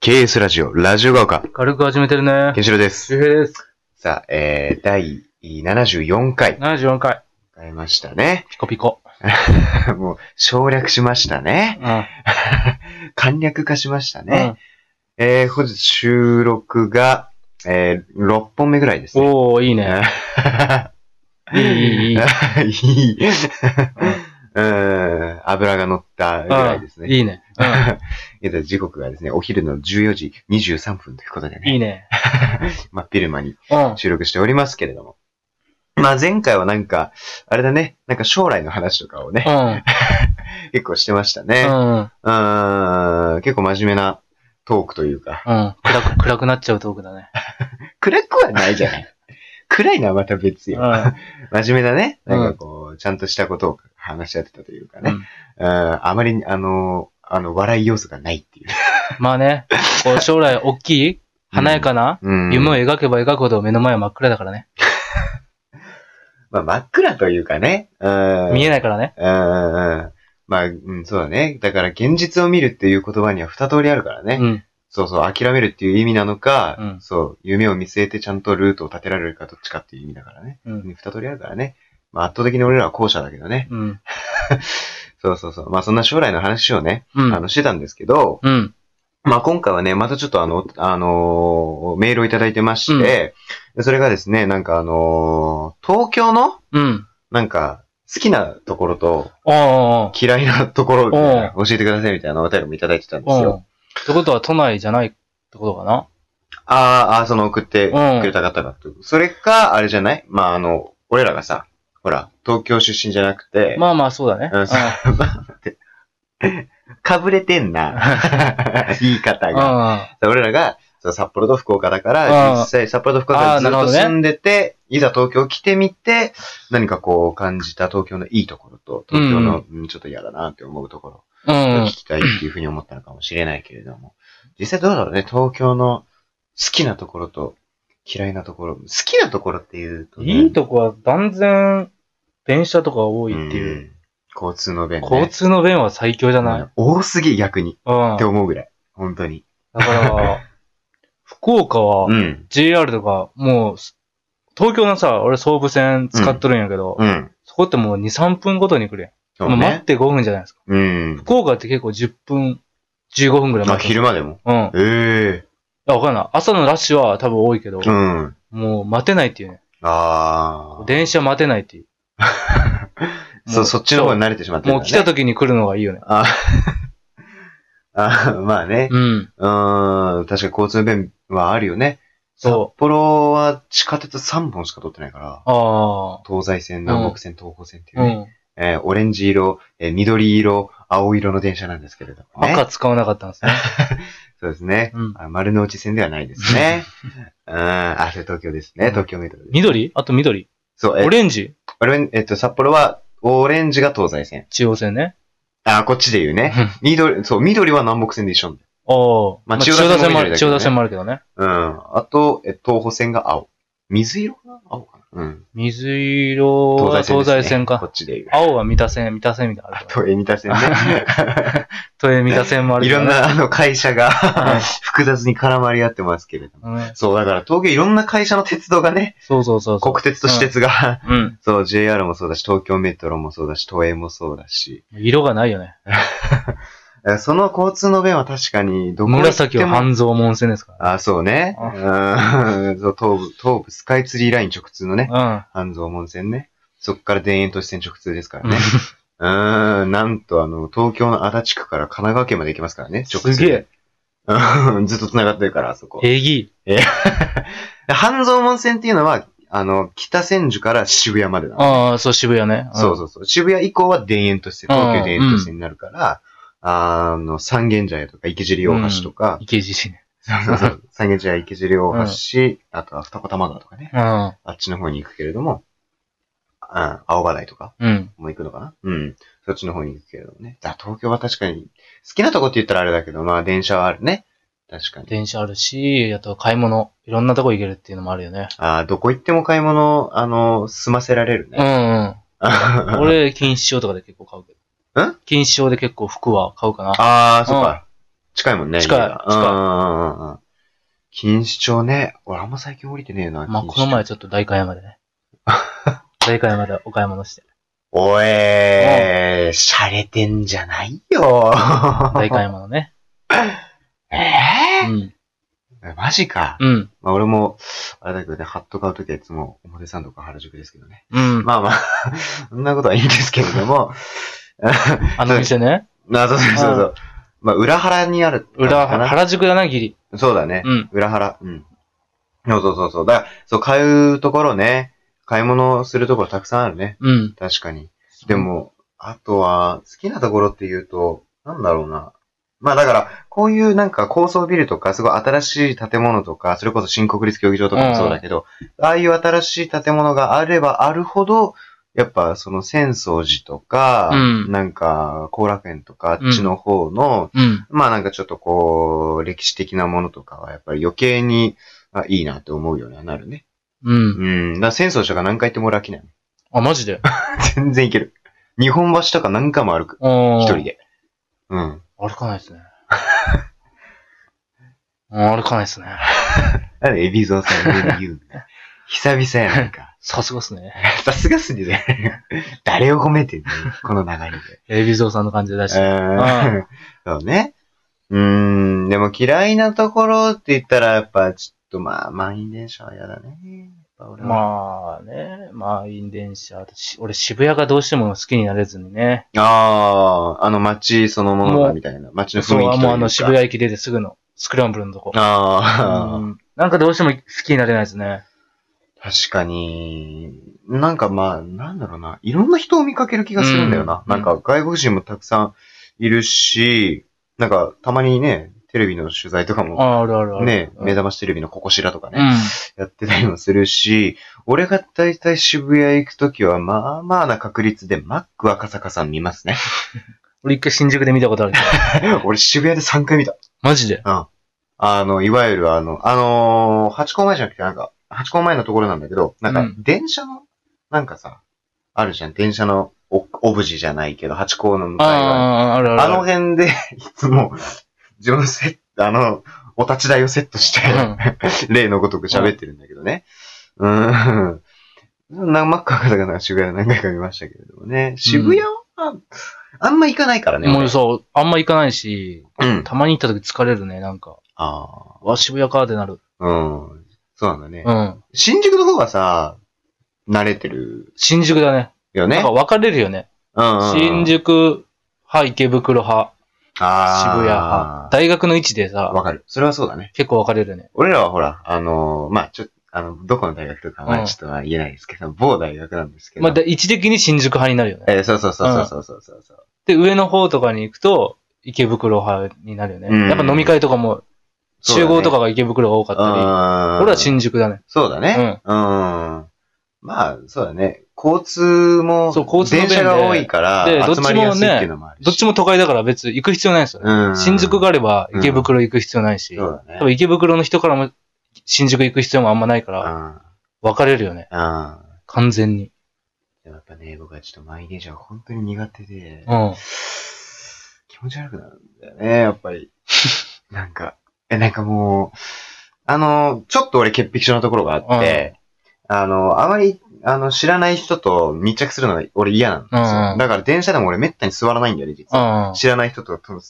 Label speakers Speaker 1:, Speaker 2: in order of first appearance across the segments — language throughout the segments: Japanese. Speaker 1: KS ラジオ、ラジオが丘、
Speaker 2: 軽く始めてるね。
Speaker 1: ケンシロウです。
Speaker 2: 周平です。
Speaker 1: さあ、えー、第74回、
Speaker 2: 74回。
Speaker 1: 迎えましたね。
Speaker 2: ピコピコ。
Speaker 1: もう、省略しましたね。
Speaker 2: うん。ね。
Speaker 1: 簡略化しました
Speaker 2: う
Speaker 1: ね。えー、本日収録が、えー、6本目ぐらいです
Speaker 2: ん、
Speaker 1: ね。
Speaker 2: おー、いいね。いい、 いい、いい。うん
Speaker 1: いい。 うん、油が乗ったぐらいですね。
Speaker 2: いいね。
Speaker 1: 現在時刻がですね、お昼の14時23分ということで
Speaker 2: うん。
Speaker 1: ね、
Speaker 2: いいね。
Speaker 1: まあ、昼間に
Speaker 2: うん。
Speaker 1: 収録しておりますけれども。まあ、前回はなんか、あれだね、なんか将来の話とかをね、結構してました
Speaker 2: う
Speaker 1: ね。
Speaker 2: ん。うん。
Speaker 1: うーん、結構真面目なトークというか、
Speaker 2: うん。暗く、暗くなっちゃうトークだね。
Speaker 1: 暗くはないじゃ ない。暗いのはまた別
Speaker 2: う
Speaker 1: よ。
Speaker 2: ん。
Speaker 1: 真面目だね。
Speaker 2: うん
Speaker 1: なんかこう、ちゃんとしたことを話し合ってたというか
Speaker 2: う
Speaker 1: ね。
Speaker 2: ん
Speaker 1: うん、あまり、あの、あの、笑い要素がないっていう。
Speaker 2: まあね、こう将来大きい、華やかな、
Speaker 1: うん。
Speaker 2: 夢を描けば描くほど目の前は真っ暗だからね。
Speaker 1: まあ、真っ暗というかね。うん。
Speaker 2: 見えないからね。
Speaker 1: うんうんうん。まあ、うん、そうだね。だから、現実を見るっていう言葉には二通りあるからね。
Speaker 2: うん。
Speaker 1: そうそう、諦めるっていう意味なのか、
Speaker 2: うん
Speaker 1: そう、夢を見据えてちゃんとルートを立てられるかどっちかっていう意味だからね。
Speaker 2: うん。
Speaker 1: 二通りあるからね。まあ、圧倒的に俺らは後者だけどね。
Speaker 2: うん。
Speaker 1: そうそうそう。まあ、そんな将来の話をね、
Speaker 2: う
Speaker 1: あ
Speaker 2: ん。
Speaker 1: の、してたんですけど、
Speaker 2: うん。
Speaker 1: まあ、今回はね、またちょっとあの、あのーメールをいただいてまして、それがですね、なんかあのー東京の、
Speaker 2: うん。
Speaker 1: なんか、好きなところと、
Speaker 2: おー
Speaker 1: 嫌いなところみたいな、教えてくださいみたいなお便りもいただいてたん
Speaker 2: おーお
Speaker 1: です
Speaker 2: ー。
Speaker 1: よ。
Speaker 2: ってことは都内じゃないってことかな
Speaker 1: あーあー、その送ってくれた方がと。それか、あれじゃないまあ、あの、俺らがさ、ほら、東京出身じゃなくて、
Speaker 2: まあまあそうだね。
Speaker 1: うんそうかぶれてん な。言い方が。
Speaker 2: うん。
Speaker 1: 俺らが、そう札幌と福岡だか
Speaker 2: うん
Speaker 1: ら、実際札幌と福岡に
Speaker 2: あー
Speaker 1: ず
Speaker 2: な
Speaker 1: っ
Speaker 2: るほ
Speaker 1: と
Speaker 2: どね
Speaker 1: 住んでて、いざ東京来てみて、何かこう感じた東京のいいところと、東京の、うんちょっと嫌だなって思うところ
Speaker 2: う
Speaker 1: を
Speaker 2: ん
Speaker 1: 聞。きたいっていうふうに思ったのかもしれないけれども、実際どうだろうね、東京の好きなところと嫌いなところ、好きなところっていうとね、
Speaker 2: いいとこは断然、電車とか多いっていう。
Speaker 1: ん交通の便ね。
Speaker 2: 交通の便は最強じゃない、
Speaker 1: うん多すぎ、逆に。
Speaker 2: うん。
Speaker 1: って
Speaker 2: だか
Speaker 1: 思うぐらい。本当に。
Speaker 2: ら、福岡
Speaker 1: う
Speaker 2: は、
Speaker 1: ん。
Speaker 2: JR とか、もう、東京のさ、俺総武線使っとるんやけど、
Speaker 1: うん。
Speaker 2: そこってもう2、3分ごとに来るやん。
Speaker 1: そう
Speaker 2: もう待っ
Speaker 1: ね。
Speaker 2: て5分じゃないですか。
Speaker 1: うん。
Speaker 2: 福岡って結構10分、15分ぐらい
Speaker 1: まあ、
Speaker 2: 待ってる。
Speaker 1: 昼間でも。
Speaker 2: うん。
Speaker 1: え
Speaker 2: いや、わかんない。朝のラッシュは多分多いけど、
Speaker 1: えうん。
Speaker 2: もう待てないっていうね。
Speaker 1: ああ。
Speaker 2: 電車待てな いっていう。
Speaker 1: そ、そっちの方に慣れてしまってる
Speaker 2: も
Speaker 1: ん
Speaker 2: う
Speaker 1: だね
Speaker 2: 来た時に来るのがいいよね。
Speaker 1: あ あ、まあね。
Speaker 2: うん。
Speaker 1: うーん。確かに交通便はあるよね。
Speaker 2: そ
Speaker 1: 札幌は地下鉄3本しか通ってないから。
Speaker 2: う。あ
Speaker 1: 東西線、南北線、東北線っていう
Speaker 2: あ。う
Speaker 1: ね。
Speaker 2: ん。
Speaker 1: えーオレンジ色、えー緑色、青色の電車なんですけれども、ね。
Speaker 2: 赤使わなかったんですね。
Speaker 1: そうですね。
Speaker 2: うん
Speaker 1: あ丸の内線ではないです ね。うん。あ、それ東京ですね。東京メトロです。
Speaker 2: 緑あと緑
Speaker 1: そう、え
Speaker 2: オレンジ
Speaker 1: 俺、えっと、札幌は、オレンジが東西線。
Speaker 2: 中央線ね。
Speaker 1: あ、こっちで言うね。緑、そう、緑は南北線で一緒なんだよ
Speaker 2: おー。
Speaker 1: まあ
Speaker 2: まあ、
Speaker 1: 千
Speaker 2: 千
Speaker 1: 代
Speaker 2: 代
Speaker 1: 田
Speaker 2: 田
Speaker 1: 線
Speaker 2: 線
Speaker 1: も
Speaker 2: も
Speaker 1: あ
Speaker 2: あ
Speaker 1: るけどね
Speaker 2: る、千代田線もあるけどね。
Speaker 1: うん。あと、え東北線が青。水色かな青かなうん。
Speaker 2: 水色は東
Speaker 1: ですね
Speaker 2: 西線
Speaker 1: こ
Speaker 2: か。
Speaker 1: っちで言う。
Speaker 2: 青は三田線、三田線みたいなのあ
Speaker 1: あ
Speaker 2: るから。
Speaker 1: と、え、三田線ね。
Speaker 2: 都営三田線もある
Speaker 1: い
Speaker 2: けど
Speaker 1: ろん
Speaker 2: ね。
Speaker 1: な、あの、会社が
Speaker 2: はい
Speaker 1: 複雑に絡まり合ってますけれども。
Speaker 2: うん
Speaker 1: そう、だから東京いろんな会社の鉄道がね、
Speaker 2: そうそうそうそう。
Speaker 1: 国鉄と私鉄が、
Speaker 2: うん。
Speaker 1: そう、JR もそうだし、東京メトロもそうだし、都営もそうだし、
Speaker 2: 色がないよね。
Speaker 1: えその交通の便は確かに、どこ行っ
Speaker 2: 紫
Speaker 1: て
Speaker 2: は
Speaker 1: も。
Speaker 2: 半蔵門線ですか
Speaker 1: あ、そうね。う
Speaker 2: あ
Speaker 1: ーん、そう、東部、東部スカイツリーライン直通のね、
Speaker 2: ら。
Speaker 1: 半蔵門線ね。そっから田園都市線直通ですから
Speaker 2: うん。
Speaker 1: ね。 うーん、なんとあの、東京の足立区から神奈川県まで行けますからね、直通。
Speaker 2: すげえ
Speaker 1: うん。ずっと繋がってるから、あそこ。
Speaker 2: 平義。
Speaker 1: で半蔵門線っていうのは、あの、北千住から渋谷までなの。
Speaker 2: ああ、そう、渋谷ね。
Speaker 1: そう
Speaker 2: う
Speaker 1: そうそう。渋谷以降は田園都市線、
Speaker 2: うん
Speaker 1: 東京田園都市線になるから、あの、三軒茶屋とか池尻大橋とか
Speaker 2: ん。、池尻ね。
Speaker 1: そうそう 三軒茶屋池尻大橋、あとは二子玉川とかね、
Speaker 2: うん。
Speaker 1: あっちの方に行くけれども、あ青葉台とか
Speaker 2: うん。
Speaker 1: も行くのかなうん。そっちの方に行くけれどもね。だ東京は確かに、好きなとこって言ったらあれだけど、まあ電車はあるね。確かに。
Speaker 2: 電車あるし、あと買い物。いろんなとこ行けるっていうのもあるよね。
Speaker 1: あーどこ行っても買い物、あの、済ませられる
Speaker 2: う
Speaker 1: ね。
Speaker 2: んうん。 俺、錦糸町とかで結構買うけど。
Speaker 1: ん
Speaker 2: 錦糸町で結構服は買うかな。
Speaker 1: ああ、そっか。近いもんね。
Speaker 2: 近い
Speaker 1: 家が
Speaker 2: 近い
Speaker 1: うんうんうんうん。錦糸町ね。俺あんま最近降りてねえな。
Speaker 2: まあ、
Speaker 1: 錦糸
Speaker 2: こ
Speaker 1: 町
Speaker 2: の前。ちょっと代官山 でね。代官山でお買い物して。
Speaker 1: おえー、しゃれてんじゃない よ。
Speaker 2: 代官山のね。う
Speaker 1: え
Speaker 2: ん。
Speaker 1: ー、マジか。
Speaker 2: うん。
Speaker 1: まあ俺も、あれだけどね、ハット買うときはいつも表参道か原宿ですけどね。
Speaker 2: うん。
Speaker 1: まあまあ、 そんなことはいいんですけれども、
Speaker 2: あの店ね。
Speaker 1: なあ、そうそうそうそう。まあ、裏腹にある。
Speaker 2: 裏、
Speaker 1: かな
Speaker 2: 原宿だな、ギリ。
Speaker 1: そうだね。
Speaker 2: うん。
Speaker 1: 裏腹。うん。そうそうそうそう。だそう、買うところね。買い物するところたくさんあるね。
Speaker 2: うん。
Speaker 1: 確かに。で、も、あとは、好きなところって言うと、なんだろうな。まあだから、こういうなんか高層ビルとか、すごい新しい建物とか、それこそ新国立競技場とかもそうだけど、ああいう新しい建物があればあるほど、やっぱその浅草寺とか、
Speaker 2: うん
Speaker 1: なんか後楽園とか、あ
Speaker 2: うん
Speaker 1: っちの方の、
Speaker 2: うん。
Speaker 1: まあなんかちょっとこう、歴史的なものとかは、やっぱり余計に、あいいなって思うようにはなるね。
Speaker 2: うん。
Speaker 1: うん。だから浅草寺とか何回行っても俺飽きない。
Speaker 2: あ、マジで。
Speaker 1: 全然いける。日本橋とか何回も歩く。
Speaker 2: 一
Speaker 1: 一人。で。うん。
Speaker 2: 歩かないですね。うん歩かないですね。
Speaker 1: なんで、エビゾーさん上に言うんだよ久々やないか。
Speaker 2: さすがっすね。
Speaker 1: さすがっすね。誰を褒めてんのこの流れで。
Speaker 2: エビゾーさんの感じだし
Speaker 1: う。ーん。そうね。うーん。でも嫌いなところって言ったら、やっぱ、ちょっとまあ、満員電車は嫌だね。やっぱ俺は
Speaker 2: まあね、満員電車。私俺、渋谷がどうしても好きになれずにね。
Speaker 1: ああ、あの街そのものがみたいな。街の雰囲気
Speaker 2: そう、
Speaker 1: というか。
Speaker 2: もうあの渋谷駅出てすぐの、スクランブルのとこ。
Speaker 1: ああ
Speaker 2: う。んなんかどうしても好きになれないですね。
Speaker 1: 確かに、なんかまあ、なんだろうな、いろんな人を見かける気がするんだよな。
Speaker 2: うん
Speaker 1: なんか外国人もたくさんいるし、なんかたまにね、テレビの取材とかも、
Speaker 2: ああるあるある。
Speaker 1: ね、
Speaker 2: うん
Speaker 1: 目覚ましテレビのここしらとか
Speaker 2: う
Speaker 1: ね、
Speaker 2: ん。
Speaker 1: やってたりもするし、俺がだいたい渋谷行くときは、まあまあな確率でマック赤坂さん見ますね。
Speaker 2: 俺一回新宿で見たことあるけど。
Speaker 1: 俺渋谷で3回見た。
Speaker 2: マジで。
Speaker 1: あの、いわゆるあの、あのー、八甲前じゃなくて、なんか、八甲前のところなんだけど、なん
Speaker 2: う
Speaker 1: か
Speaker 2: ん、
Speaker 1: 電車の、なんかさ、あるじゃん、電車のオオブジじゃないけど、八甲の向
Speaker 2: あ
Speaker 1: かい側。
Speaker 2: あ、あるある
Speaker 1: あ
Speaker 2: ある。
Speaker 1: の辺で、 いつも、自分のセット、あの、お立ち台をセットして、例のごとく喋ってるんだけどね。うーん。なマック赤坂なんか渋谷で何回か見ましたけれどもね。渋谷は、あんま行かないからね。
Speaker 2: も
Speaker 1: 俺
Speaker 2: うそう、あんま行かないし、
Speaker 1: うん。
Speaker 2: たまに行った時疲れるね、なんか。
Speaker 1: あ
Speaker 2: わ、渋谷かってなる。
Speaker 1: あ。うん。そうなんだね。
Speaker 2: うん。
Speaker 1: 新宿の方がさ、慣れてる
Speaker 2: 新宿だね。
Speaker 1: よね。
Speaker 2: なんか分かれるよね。
Speaker 1: うんうんうん
Speaker 2: 新宿派、池袋派、
Speaker 1: あー
Speaker 2: 渋谷派。大学の位置でさ、
Speaker 1: わかる。それはそうだね。
Speaker 2: 結構分かれるよね。
Speaker 1: 俺らはほら、あのーまあ、ちょっと、あの、どこの大学とか
Speaker 2: う
Speaker 1: は
Speaker 2: ん
Speaker 1: ちょっとは言えないですけど、某大学なんですけど。
Speaker 2: まあ、だ位置的に新宿派になるよね。
Speaker 1: えーそうそうそうそうそうそうそう。
Speaker 2: で、上の方とかに行くと、池袋派になるよね。
Speaker 1: うん
Speaker 2: やっぱ飲み会とかも、
Speaker 1: そうだ
Speaker 2: 集
Speaker 1: ね
Speaker 2: 合とかが池袋が多かったり、
Speaker 1: うん
Speaker 2: 俺は新宿だね。
Speaker 1: そうだね。うん。まあ、そうだね。交通も、
Speaker 2: そう交通の便
Speaker 1: 電車
Speaker 2: で
Speaker 1: が多いから、
Speaker 2: でどっ
Speaker 1: 集
Speaker 2: ちも
Speaker 1: ま
Speaker 2: ね
Speaker 1: りやすいっていうのもあるし。
Speaker 2: どっちも都会だから別に行く必要ないですよね。
Speaker 1: うん
Speaker 2: 新宿があれば池袋行く必要ないし、
Speaker 1: そうだね
Speaker 2: 多。分池袋の人からも新宿行く必要もあんまないから、
Speaker 1: あ
Speaker 2: 分かれるよね。
Speaker 1: あ。
Speaker 2: 完全に。
Speaker 1: でもやっぱね、僕はちょっと満員電車が本当に苦手で、
Speaker 2: うん。
Speaker 1: 気持ち悪くなるんだよね、やっぱ り。なんか、え、なんかもう、あの、ちょっと俺潔癖症なところがあって、あの、あまり、あの、知らない人と密着するのが俺嫌なんですよ。
Speaker 2: うんうん
Speaker 1: だから電車でも俺めったに座らないんだよね、実は。
Speaker 2: あ
Speaker 1: 知らない人と、と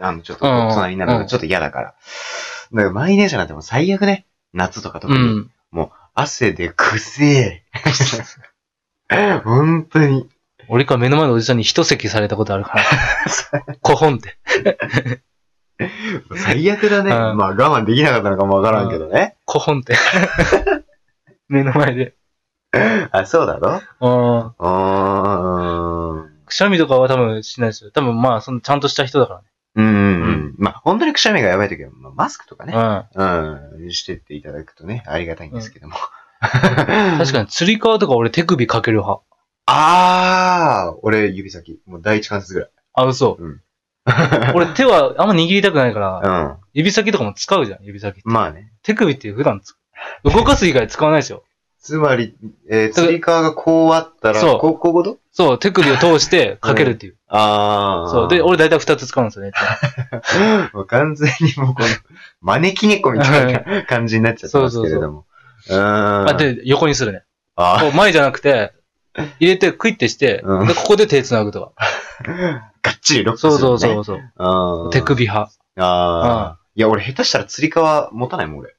Speaker 1: あの、ちょっと
Speaker 2: うんうん
Speaker 1: 隣になるのがちょっと嫌だから。だから満員電車なんてもう最悪ね。夏とか特
Speaker 2: う
Speaker 1: に。
Speaker 2: ん。
Speaker 1: 汗でく せえ。本当に。
Speaker 2: 俺か目の前のおじさんに一席されたことあ るから。こほんって。
Speaker 1: 最悪だね。
Speaker 2: うん
Speaker 1: まあ我慢できなかったのかもわからんけどね。
Speaker 2: こほ んって。目の前で。
Speaker 1: あ、そうだろ
Speaker 2: うん。
Speaker 1: うーん。
Speaker 2: くしゃみとかは多分しないですよ。多分まあ、そのちゃんとした人だか
Speaker 1: うんうんう。
Speaker 2: うん
Speaker 1: まあ本当にくしゃみがやばいときは、まあ、マスクとからね、
Speaker 2: ね。
Speaker 1: うん、してっていただくとね、ありがたいんですけども。
Speaker 2: うん。確かに、釣り革とか俺手首かける派。
Speaker 1: あー、俺指先、もう第一関節ぐらい。
Speaker 2: あ、嘘。 俺手はあんま握りたくないから、
Speaker 1: うん。
Speaker 2: 指先とかも使うじゃん、指先って。
Speaker 1: まあね。
Speaker 2: 手首って普段つ動かす以外使わないですよ。
Speaker 1: つまり、えー、釣り革がこうあったら、
Speaker 2: そう
Speaker 1: こう、こういうこと
Speaker 2: そう、手首を通してかけるっていう。
Speaker 1: ああ。
Speaker 2: そう。で、、俺大体二つ使うんですよね。いつ も
Speaker 1: もう完全にもうこの、招き猫みたいな感じになっちゃってますけれども。うーん。
Speaker 2: あ、で、横にするね。
Speaker 1: あ
Speaker 2: こう前じゃなくて、入れてクイってして、
Speaker 1: うん
Speaker 2: でここで手繋ぐとか。
Speaker 1: がっちりロックす
Speaker 2: そ
Speaker 1: る、
Speaker 2: う
Speaker 1: ね。
Speaker 2: そうそうそう。
Speaker 1: うん。
Speaker 2: 手首派。
Speaker 1: ああ。いや、俺下手したら釣り革持たないもん、俺。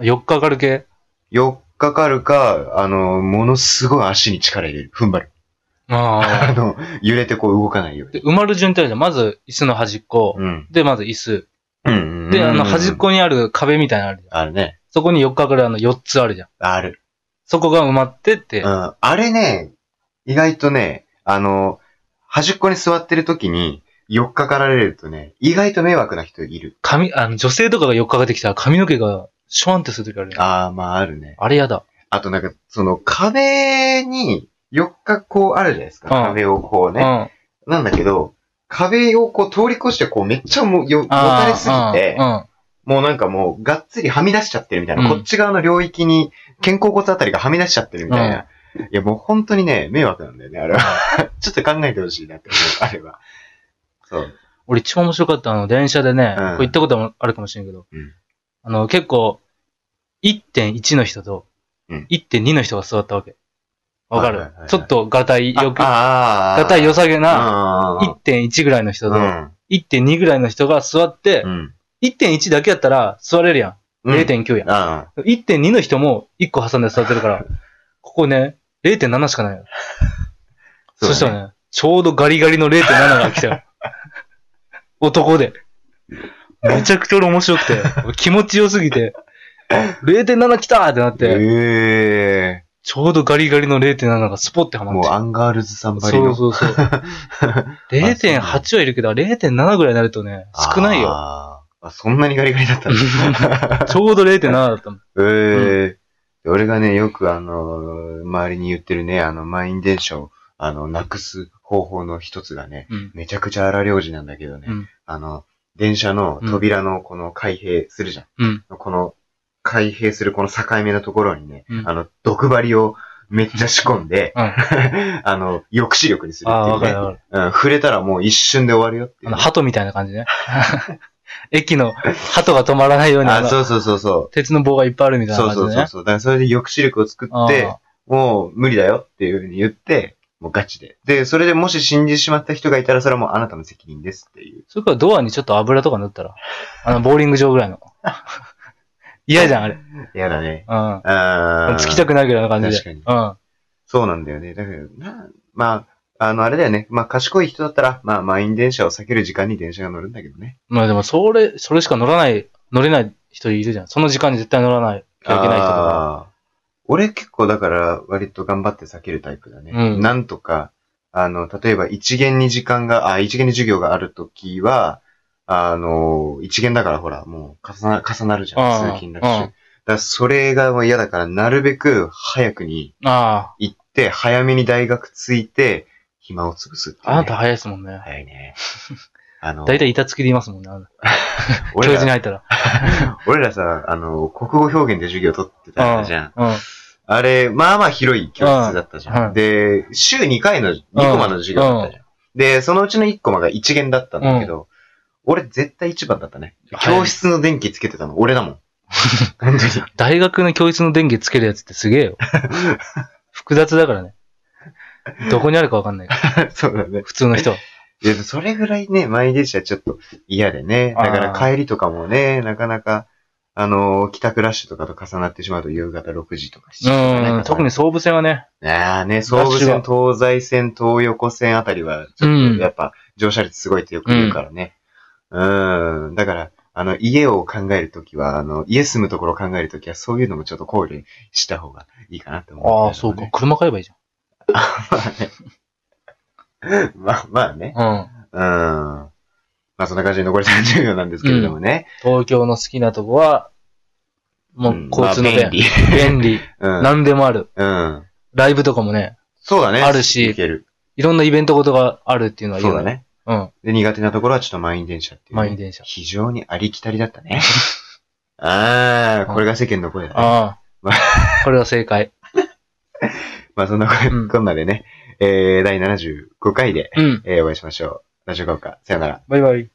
Speaker 2: 4日かかる系。
Speaker 1: 4日かかるか、あの、ものすごい足に力入れる。踏ん張る。 あ
Speaker 2: ああ。
Speaker 1: の、揺れてこう動かないよう
Speaker 2: で、
Speaker 1: に。
Speaker 2: 埋まる順ってあるじゃん。まず、椅子の端っこ。
Speaker 1: うん。
Speaker 2: で、まず椅子。
Speaker 1: うんうんうん。
Speaker 2: で、あの、端っ。こにある壁みたいなのあるじゃん。
Speaker 1: あるね。
Speaker 2: そこに4日かかるあの4つあるじゃん。
Speaker 1: ある。
Speaker 2: そこが埋まってって
Speaker 1: う、ん。あれね、意外とね、あの、端っこに座ってる時に、4日かられるとね、意外と迷惑な人いる。
Speaker 2: 髪、あの、女性とかが4日かかってきたら髪の毛がシュワンってするときあるじゃん。
Speaker 1: ああ、まああるね。
Speaker 2: あれやだ。
Speaker 1: あとなんか、その壁に4日こうあるじゃないですか。
Speaker 2: うん
Speaker 1: 壁をこうね。
Speaker 2: うん。
Speaker 1: なんだけど、壁をこう通り越してこうめっちゃもうよ、も
Speaker 2: あー
Speaker 1: たれすぎて
Speaker 2: う、ん。うん
Speaker 1: もうなんかもうがっつりはみ出しちゃってるみたいな、
Speaker 2: うん
Speaker 1: こっち側の領域に肩甲骨あたりがはみ出しちゃってるみたいな。いやもう本当にね、迷惑なんだよね、あれは。 ちょっと考えてほしいなって思う、あれは。そう。
Speaker 2: 俺一番面白かったのは、電車でね、
Speaker 1: うん
Speaker 2: こう行ったこともあるかもしれんけど、
Speaker 1: うん
Speaker 2: あの、結構、1.1の人と
Speaker 1: うん、
Speaker 2: 1.2の人が座ったわけ。わかる、
Speaker 1: はいはいはいはい
Speaker 2: ちょっとがたいよく、が
Speaker 1: ああー。
Speaker 2: たい良さげな、
Speaker 1: な
Speaker 2: 1.1ぐらいの人
Speaker 1: う
Speaker 2: と、
Speaker 1: ん。
Speaker 2: 1.2ぐらいの人が座って、
Speaker 1: うん。
Speaker 2: 1.1だけやったら座れるやん。
Speaker 1: うん。
Speaker 2: 0.9やん。
Speaker 1: ああ。
Speaker 2: 1.2の人も1個挟んで座ってるから、ここね、0.7しかないよ。そ,、
Speaker 1: そうだね
Speaker 2: したらね、ちょうどガリガリの0.7が来た よ。男で。めちゃくちゃ俺面白くて、気持ちよすぎて、0.7来たってなって、
Speaker 1: ええ
Speaker 2: ちょうどガリガリの0.7がスポってはま
Speaker 1: もう
Speaker 2: っ
Speaker 1: アンガールズさん
Speaker 2: て。
Speaker 1: ばり
Speaker 2: そう
Speaker 1: の。
Speaker 2: そうそう。0.8はいるけど、0.7ぐらいになるとね、少ないよ。
Speaker 1: あーあ、そんなにガリガリだ ったんだ。
Speaker 2: ちょうど0.7だったもん。
Speaker 1: ええ俺がね、よくあのー周りに言ってるね、あの、満員電車を、あの、なくす方法の一つがね、
Speaker 2: うん。
Speaker 1: めちゃくちゃ荒領事なんだけどね、
Speaker 2: うん
Speaker 1: あの、電車の扉のこの開閉するじゃん。
Speaker 2: うん。
Speaker 1: この開閉するこの境目のところにね、
Speaker 2: うん
Speaker 1: あの、毒針をめっちゃ仕込んで、
Speaker 2: うん
Speaker 1: あの、抑止力にする
Speaker 2: ああ、わ
Speaker 1: って
Speaker 2: か
Speaker 1: い
Speaker 2: る
Speaker 1: うね。
Speaker 2: わかる。
Speaker 1: うん、触れたらもう一瞬で終わるよってい
Speaker 2: あ
Speaker 1: うね、
Speaker 2: の、鳩みたいな感じね。 駅の鳩が止まらないように、あ
Speaker 1: あ、
Speaker 2: の
Speaker 1: そうそうそうそう。
Speaker 2: 鉄の棒がいっぱいあるみたいな
Speaker 1: そう
Speaker 2: 感じ
Speaker 1: そ
Speaker 2: で
Speaker 1: う
Speaker 2: ね。
Speaker 1: そうそう。だからそれで抑止力を作っ
Speaker 2: ああ
Speaker 1: て、もう無理だよっていうふうに言って、もうガチで。で、それでもし死んでしまった人がいたら、それはもうあなたの責任ですっていう。
Speaker 2: それからドアにちょっと油とか塗ったら。あの、ボーリング場ぐらいの。 嫌じゃん、あれ。
Speaker 1: やだね。
Speaker 2: う
Speaker 1: あー
Speaker 2: ん。つきたくないぐらいの感じで。
Speaker 1: 確
Speaker 2: か
Speaker 1: そうなんだよね。だから、な、まあ、あの、あれだよね。まあ、賢い人だったら、まあ、満員電車を避ける時間に電車が乗るんだけどね。
Speaker 2: うん。まあでも、それ、それしか乗らない、乗れない人いるじゃん。その時間に絶対乗らないといけない人と
Speaker 1: あ
Speaker 2: か。
Speaker 1: ー俺結構だから、割と頑張って避けるタイプだね。
Speaker 2: うん
Speaker 1: なんとか、あの、例えば一限に時間が、あ、一限に授業があるときは、あの、一限だからほら、もう重な、重なるじゃ
Speaker 2: あ
Speaker 1: ん。
Speaker 2: ー
Speaker 1: 通勤ラッシュ。だ
Speaker 2: あー
Speaker 1: からそれがもう嫌だから、なるべく早くに
Speaker 2: あ
Speaker 1: 行って、早めに大学着いて、暇を潰すっていう
Speaker 2: あ。
Speaker 1: ね、
Speaker 2: あなた早いですもんね。
Speaker 1: 早いね。あの、
Speaker 2: だいたい板付きでいますもんね。あの教
Speaker 1: 俺
Speaker 2: 室に
Speaker 1: ら、
Speaker 2: 入ったら。
Speaker 1: 俺らさ、あの、国語表現で授業取ってた じゃん。
Speaker 2: うん。
Speaker 1: あれ、まあまあ広い教室だったじ
Speaker 2: うん
Speaker 1: ゃ
Speaker 2: は
Speaker 1: ん。
Speaker 2: い
Speaker 1: で、週2回の2コマの授業だったじゃん。で、そのうちの1コマが1限だったんだけど、俺絶対1番だったね。
Speaker 2: はい
Speaker 1: 教室の電気つけてたの俺 だもん。本当に。
Speaker 2: 大学の教室の電気つけるやつってすげえ よ。複雑だからね。どこにあるかわ かんないから。
Speaker 1: そうだね。
Speaker 2: 普通の人。
Speaker 1: いやそれぐらいね、毎日はちょっと嫌でね。だから
Speaker 2: あー
Speaker 1: 帰りとかもね、なかなか、あの帰宅ラッシュとかと重なってしまうと夕方6時とか7時とかね
Speaker 2: うん。特に総武線はね。
Speaker 1: ああね、総武線、東西線、東横線あたりは、ち
Speaker 2: う
Speaker 1: ょっ
Speaker 2: ん
Speaker 1: とやっぱ乗車率すごいってよく言うからね。うん。んだから、あの、家を考えるときは、あの、家住むところを考えるときは、そういうのもちょっと考慮した方がいいかなって思う、
Speaker 2: ああ、そうか。。車買えばいいじ
Speaker 1: まあまあね。
Speaker 2: ゃん。うん。
Speaker 1: うん。まあそんな感じで残り30秒なんですけれどもね。
Speaker 2: 東京の好きなとこは、も
Speaker 1: ん
Speaker 2: う交通の
Speaker 1: まあ便
Speaker 2: 便。
Speaker 1: 利。
Speaker 2: 便利。
Speaker 1: うん。
Speaker 2: 何でもある。
Speaker 1: うん。
Speaker 2: ライブとかもね、
Speaker 1: そうだね。
Speaker 2: あるし
Speaker 1: いける。
Speaker 2: いろんなイベントごとがあるっていうのはいい
Speaker 1: そ
Speaker 2: よ
Speaker 1: うだ。ね。
Speaker 2: うん。
Speaker 1: で、苦手なところはちょっと満員電車っていう、ね。
Speaker 2: 満員電車。
Speaker 1: 非常にありきたりだった ね。ああ、これが世間の声だね。
Speaker 2: ああ。これが正解。
Speaker 1: まあそんなこ
Speaker 2: うん
Speaker 1: こんなでね、えー、第75回で、
Speaker 2: うん。
Speaker 1: えー、お会いしましょう。ラジオ効果、さよなら。
Speaker 2: バイバイ。